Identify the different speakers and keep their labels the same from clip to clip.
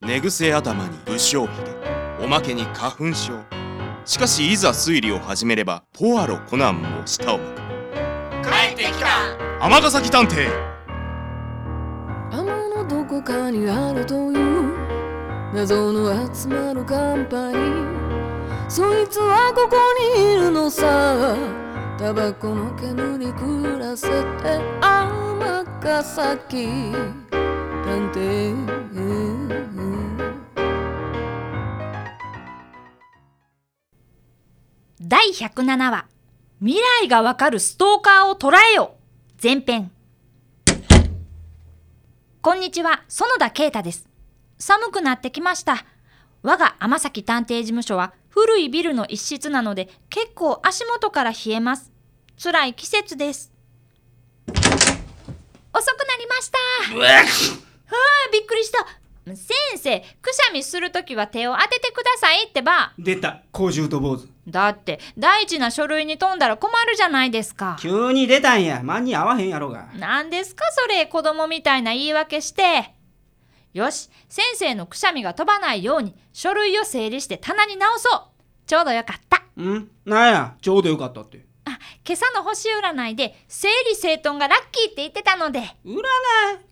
Speaker 1: 寝癖頭に不祥髭おまけに花粉症しかしいざ推理を始めればポアロコナンも舌を巻く
Speaker 2: 帰ってきた
Speaker 1: 尼崎探偵
Speaker 3: 天のどこかにあるという謎の集まるカンパニーそいつはここにいるのさタバコの煙に暮らせて天ヶ崎探偵
Speaker 4: 第107話未来がわかるストーカーを捉えよ前編こんにちは園田啓太です寒くなってきました我が天崎探偵事務所は古いビルの一室なので結構足元から冷えます辛い季節です遅くなりましたあーびっくりした先生くしゃみするときは手を当ててくださいってば
Speaker 5: 出た小獣と坊主
Speaker 4: だって大事な書類に飛んだら困るじゃないですか
Speaker 5: 急に出たんや間に合わへんやろが
Speaker 4: 何ですかそれ子供みたいな言い訳してよし先生のくしゃみが飛ばないように書類を整理して棚に直そうちょうどよかった
Speaker 5: んなんやちょうどよかったって
Speaker 4: あ今朝の星占いで整理整頓がラッキーって言ってたので
Speaker 5: 占い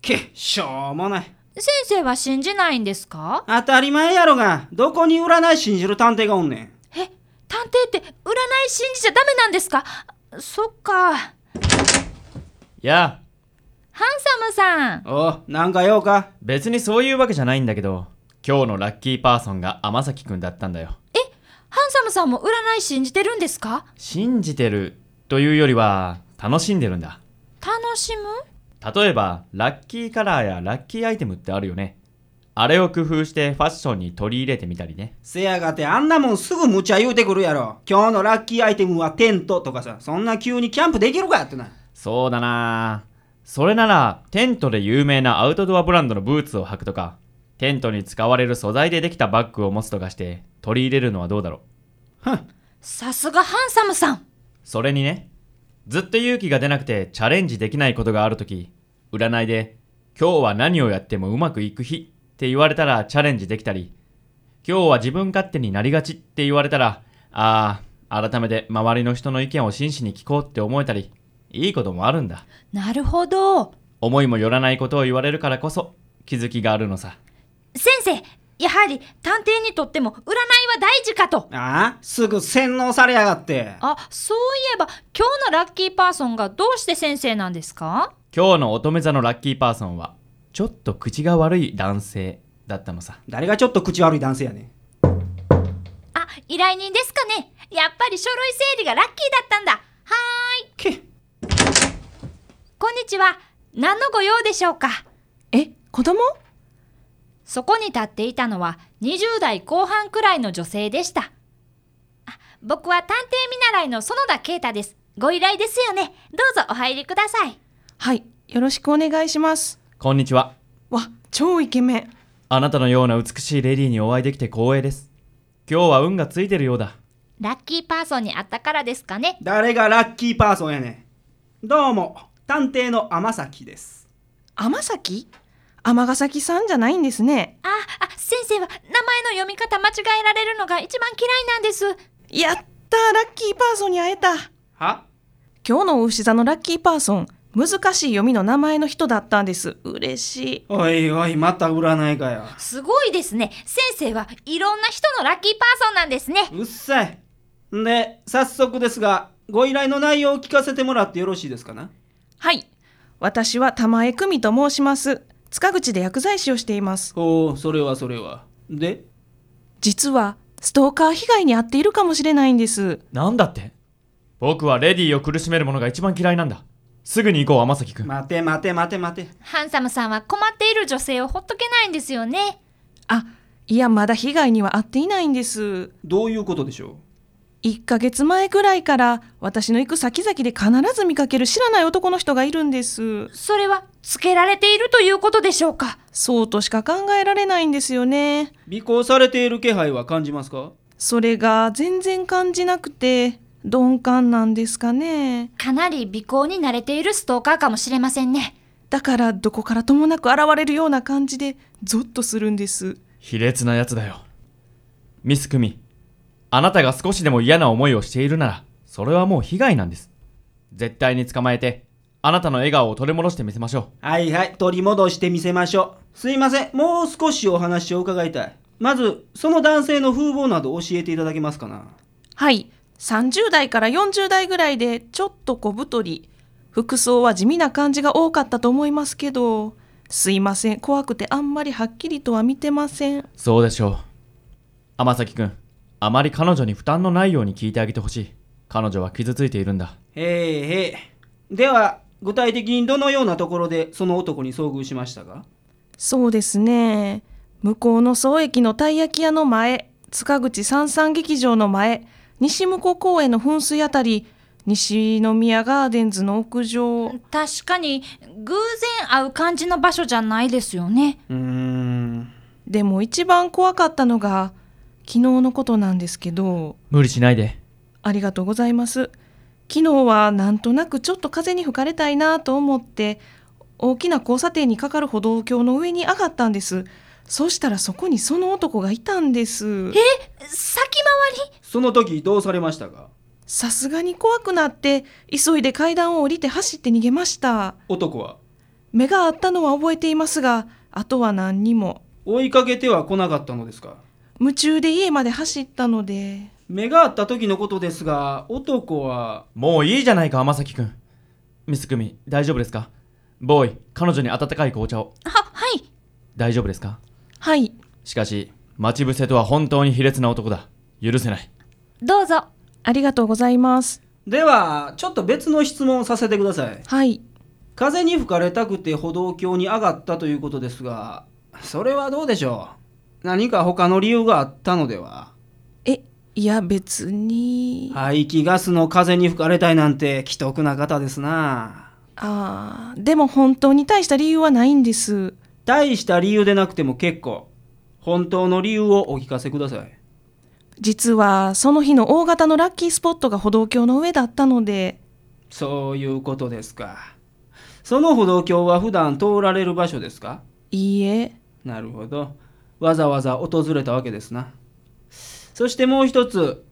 Speaker 5: けしょうもない
Speaker 4: 先生は信じないんですか
Speaker 5: 当たり前やろがどこに占い信じる探偵がおんねん
Speaker 4: え探偵って占い信じちゃダメなんですかそっかハン
Speaker 6: やあ
Speaker 4: サムさん
Speaker 5: おうなんか用か
Speaker 6: 別にそういうわけじゃないんだけど今日のラッキーパーソンが天崎くんだったんだよ
Speaker 4: ハンサムさんも占い信じてるんですか
Speaker 6: 信じてるというよりは楽しんでるんだ
Speaker 4: 楽しむ
Speaker 6: 例えばラッキーカラーやラッキーアイテムってあるよねあれを工夫してファッションに取り入れてみたりね
Speaker 5: せやがてあんなもんすぐ無茶言うてくるやろ今日のラッキーアイテムはテントとかさそんな急にキャンプできるかってな
Speaker 6: そうだなあそれならテントで有名なアウトドアブランドのブーツを履くとかテントに使われる素材でできたバッグを持つとかして取り入れるのはどうだろう
Speaker 4: さすがハンサムさん
Speaker 6: それにね、ずっと勇気が出なくてチャレンジできないことがあるとき、占いで、今日は何をやってもうまくいく日って言われたらチャレンジできたり、今日は自分勝手になりがちって言われたら、ああ、改めて周りの人の意見を真摯に聞こうって思えたり、いいこともあるんだ。
Speaker 4: なるほど
Speaker 6: 思いもよらないことを言われるからこそ気づきがあるのさ。
Speaker 4: 先生やはり探偵にとっても占いは大事かと
Speaker 5: ああすぐ洗脳されやがって
Speaker 4: あそういえば今日のラッキーパーソンがどうして先生なんですか
Speaker 6: 今日の乙女座のラッキーパーソンは、ちょっと口が悪い男性だったのさ。
Speaker 5: 誰がちょっと口悪い男性やねん
Speaker 4: あ依頼人ですかねやっぱり書類整理がラッキーだったんだはーい
Speaker 5: け
Speaker 4: こんにちは何のご用でしょうか
Speaker 7: え、子供
Speaker 4: そこに立っていたのは20代後半くらいの女性でしたあ僕は探偵見習いの園田啓太ですご依頼ですよねどうぞお入りください
Speaker 7: はい、よろしくお願いします。
Speaker 6: こんにちは。
Speaker 7: わ、超イケメン。
Speaker 6: あなたのような美しいレディーにお会いできて光栄です。今日は運がついてるようだ。
Speaker 4: ラッキーパーソンに会ったからですかね
Speaker 5: 誰がラッキーパーソンやねんどうも探偵の天崎です
Speaker 7: 天崎天崎さんじゃないんですね。
Speaker 4: あ、あ、先生は名前の読み方間違えられるのが一番嫌いなんです。
Speaker 7: やったーラッキーパーソンに会えた
Speaker 5: は
Speaker 7: 今日のお牛座のラッキーパーソン、難しい読みの名前の人だったんです。嬉しい。
Speaker 5: おいおいまた占いかよ
Speaker 4: すごいですね。先生はいろんな人のラッキーパーソンなんですね。
Speaker 5: うっさいんで早速ですがご依頼の内容を聞かせてもらってよろしいですかな
Speaker 7: はい。私は玉江久美と申します。塚口で薬剤師をしています。
Speaker 5: おおそれはそれはで
Speaker 7: 実は、ストーカー被害に遭っているかもしれないんです。
Speaker 6: なんだって僕はレディーを苦しめるものが一番嫌いなんだ。すぐに行こう、天崎くん。
Speaker 5: 待て待て待て待て
Speaker 4: ハンサムさんは困っている女性をほっとけないんですよね。
Speaker 7: あ、いや、まだ被害には遭っていないんです。
Speaker 5: どういうことでしょ
Speaker 7: 1ヶ月前くらいから私の行く先々で必ず見かける知らない男の人がいるんです
Speaker 4: それはつけられているということでしょうか。
Speaker 7: そうとしか考えられないんですよね
Speaker 5: う尾行されている気配は感じますか
Speaker 7: それが全然感じなくて鈍感なんですかね
Speaker 4: かなり尾行に慣れているストーカーかもしれませんね。
Speaker 7: だからどこからともなく現れるような感じでゾッとするんです
Speaker 6: 卑劣なやつだよミス・クミあなたが少しでも嫌な思いをしているならそれはもう被害なんです絶対に捕まえてあなたの笑顔を取り戻してみせましょ
Speaker 5: はいはい、取り戻してみせましょう。すいません、もう少しお話を伺いたい。まず、その男性の風貌など教えていただけますかな
Speaker 7: はい30代から40代ぐらいでちょっと小太り服装は地味な感じが多かったと思いますけどすいません怖くてあんまりはっきりとは見てません
Speaker 6: うそうでしょう天崎くんあまり彼女に負担のないように聞いてあげてほしい彼女は傷ついているんだ
Speaker 5: へえへえ。では、具体的にどのようなところでその男に遭遇しましたか
Speaker 7: そうですね向こうの総駅のたい焼き屋の前塚口三三劇場の前西向こう公園の噴水あたり西宮ガーデンズの屋上
Speaker 4: 確かに偶然会う感じの場所じゃないですよね
Speaker 5: うーん。
Speaker 7: でも一番怖かったのが昨日のことなんですけど
Speaker 6: 無理しないで
Speaker 7: ありがとうございます。昨日はなんとなくちょっと風に吹かれたいなと思って大きな交差点にかかる歩道橋の上に上がったんです。そしたらそこにその男がいたんです。
Speaker 4: 先回り
Speaker 5: その時どうされましたか
Speaker 7: さすがに怖くなって急いで階段を降りて走って逃げました。
Speaker 5: 男は
Speaker 7: 目が合ったのは覚えていますが、あとは何にも。
Speaker 5: 追いかけては来なかったのですか
Speaker 7: 夢中で家まで走ったので。
Speaker 5: 目が合った時のことですが、男は、
Speaker 6: もういいじゃないか天崎くんミス・クミ大丈夫ですかボーイ彼女に温かい紅茶を
Speaker 4: ははい
Speaker 6: 大丈夫ですか
Speaker 7: はい、
Speaker 6: しかし待ち伏せとは本当に卑劣な男だ許せない
Speaker 4: どうぞ
Speaker 7: ありがとうございます。
Speaker 5: では、ちょっと別の質問をさせてください。
Speaker 7: はい、
Speaker 5: 風に吹かれたくて歩道橋に上がったということですがそれはどうでしょう何か他の理由があったのでは
Speaker 7: え、いや別に。
Speaker 5: 排気ガスの風に吹かれたいなんて奇特な方ですな
Speaker 7: あーでも本当に大した理由はないんです
Speaker 5: 大した理由でなくても結構本当の理由をお聞かせください
Speaker 7: 実はその日の大型のラッキースポットが歩道橋の上だったので
Speaker 5: そういうことですかその歩道橋は普段通られる場所ですか
Speaker 7: いいえ
Speaker 5: なるほどわざわざ訪れたわけですなそしてもう一つ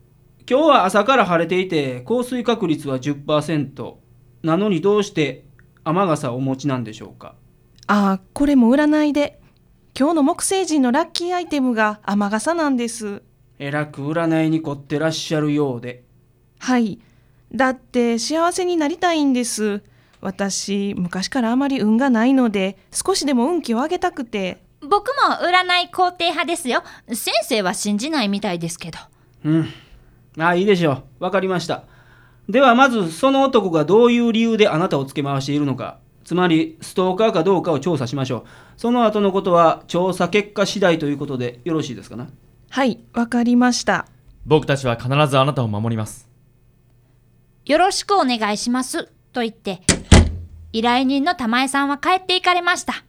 Speaker 5: 今日は朝から晴れていて降水確率は10%なのにどうして雨傘をお持ちなんでしょうか
Speaker 7: あーこれも占いで今日の木星人のラッキーアイテムが雨傘なんです
Speaker 5: えらく占いに凝ってらっしゃるようで
Speaker 7: はいだって幸せになりたいんです私昔からあまり運がないので少しでも運気を上げたくて
Speaker 4: 僕も占い肯定派ですよ先生は信じないみたいですけど
Speaker 5: うんああいいでしょうわかりましたではまずその男がどういう理由であなたをつけ回しているのかつまりストーカーかどうかを調査しましょうその後のことは調査結果次第ということでよろしいですかな
Speaker 7: はいわかりました
Speaker 6: 僕たちは必ずあなたを守ります
Speaker 4: よろしくお願いしますと言って依頼人の玉江さんは帰っていかれました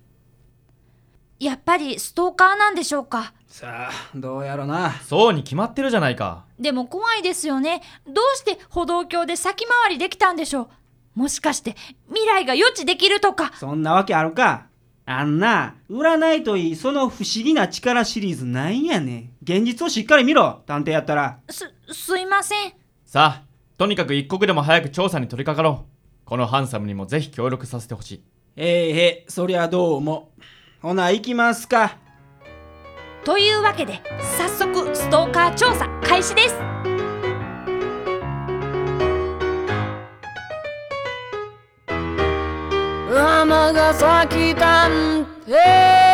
Speaker 4: やっぱりストーカーなんでしょうか
Speaker 5: さあどうやろな
Speaker 6: そうに決まってるじゃないか
Speaker 4: でも怖いですよねどうして歩道橋で先回りできたんでしょうもしかして未来が予知できるとか
Speaker 5: そんなわけあるかあんな占いといいその不思議な力シリーズなんやねん現実をしっかり見ろ探偵やったら
Speaker 4: すすいません
Speaker 6: さあとにかく一刻でも早く調査に取り掛かろうこのハンサムにもぜひ協力させてほしい
Speaker 5: ええへえそりゃどうもほな行きますか
Speaker 4: というわけで早速ストーカー調査開始です
Speaker 3: 天が咲き探偵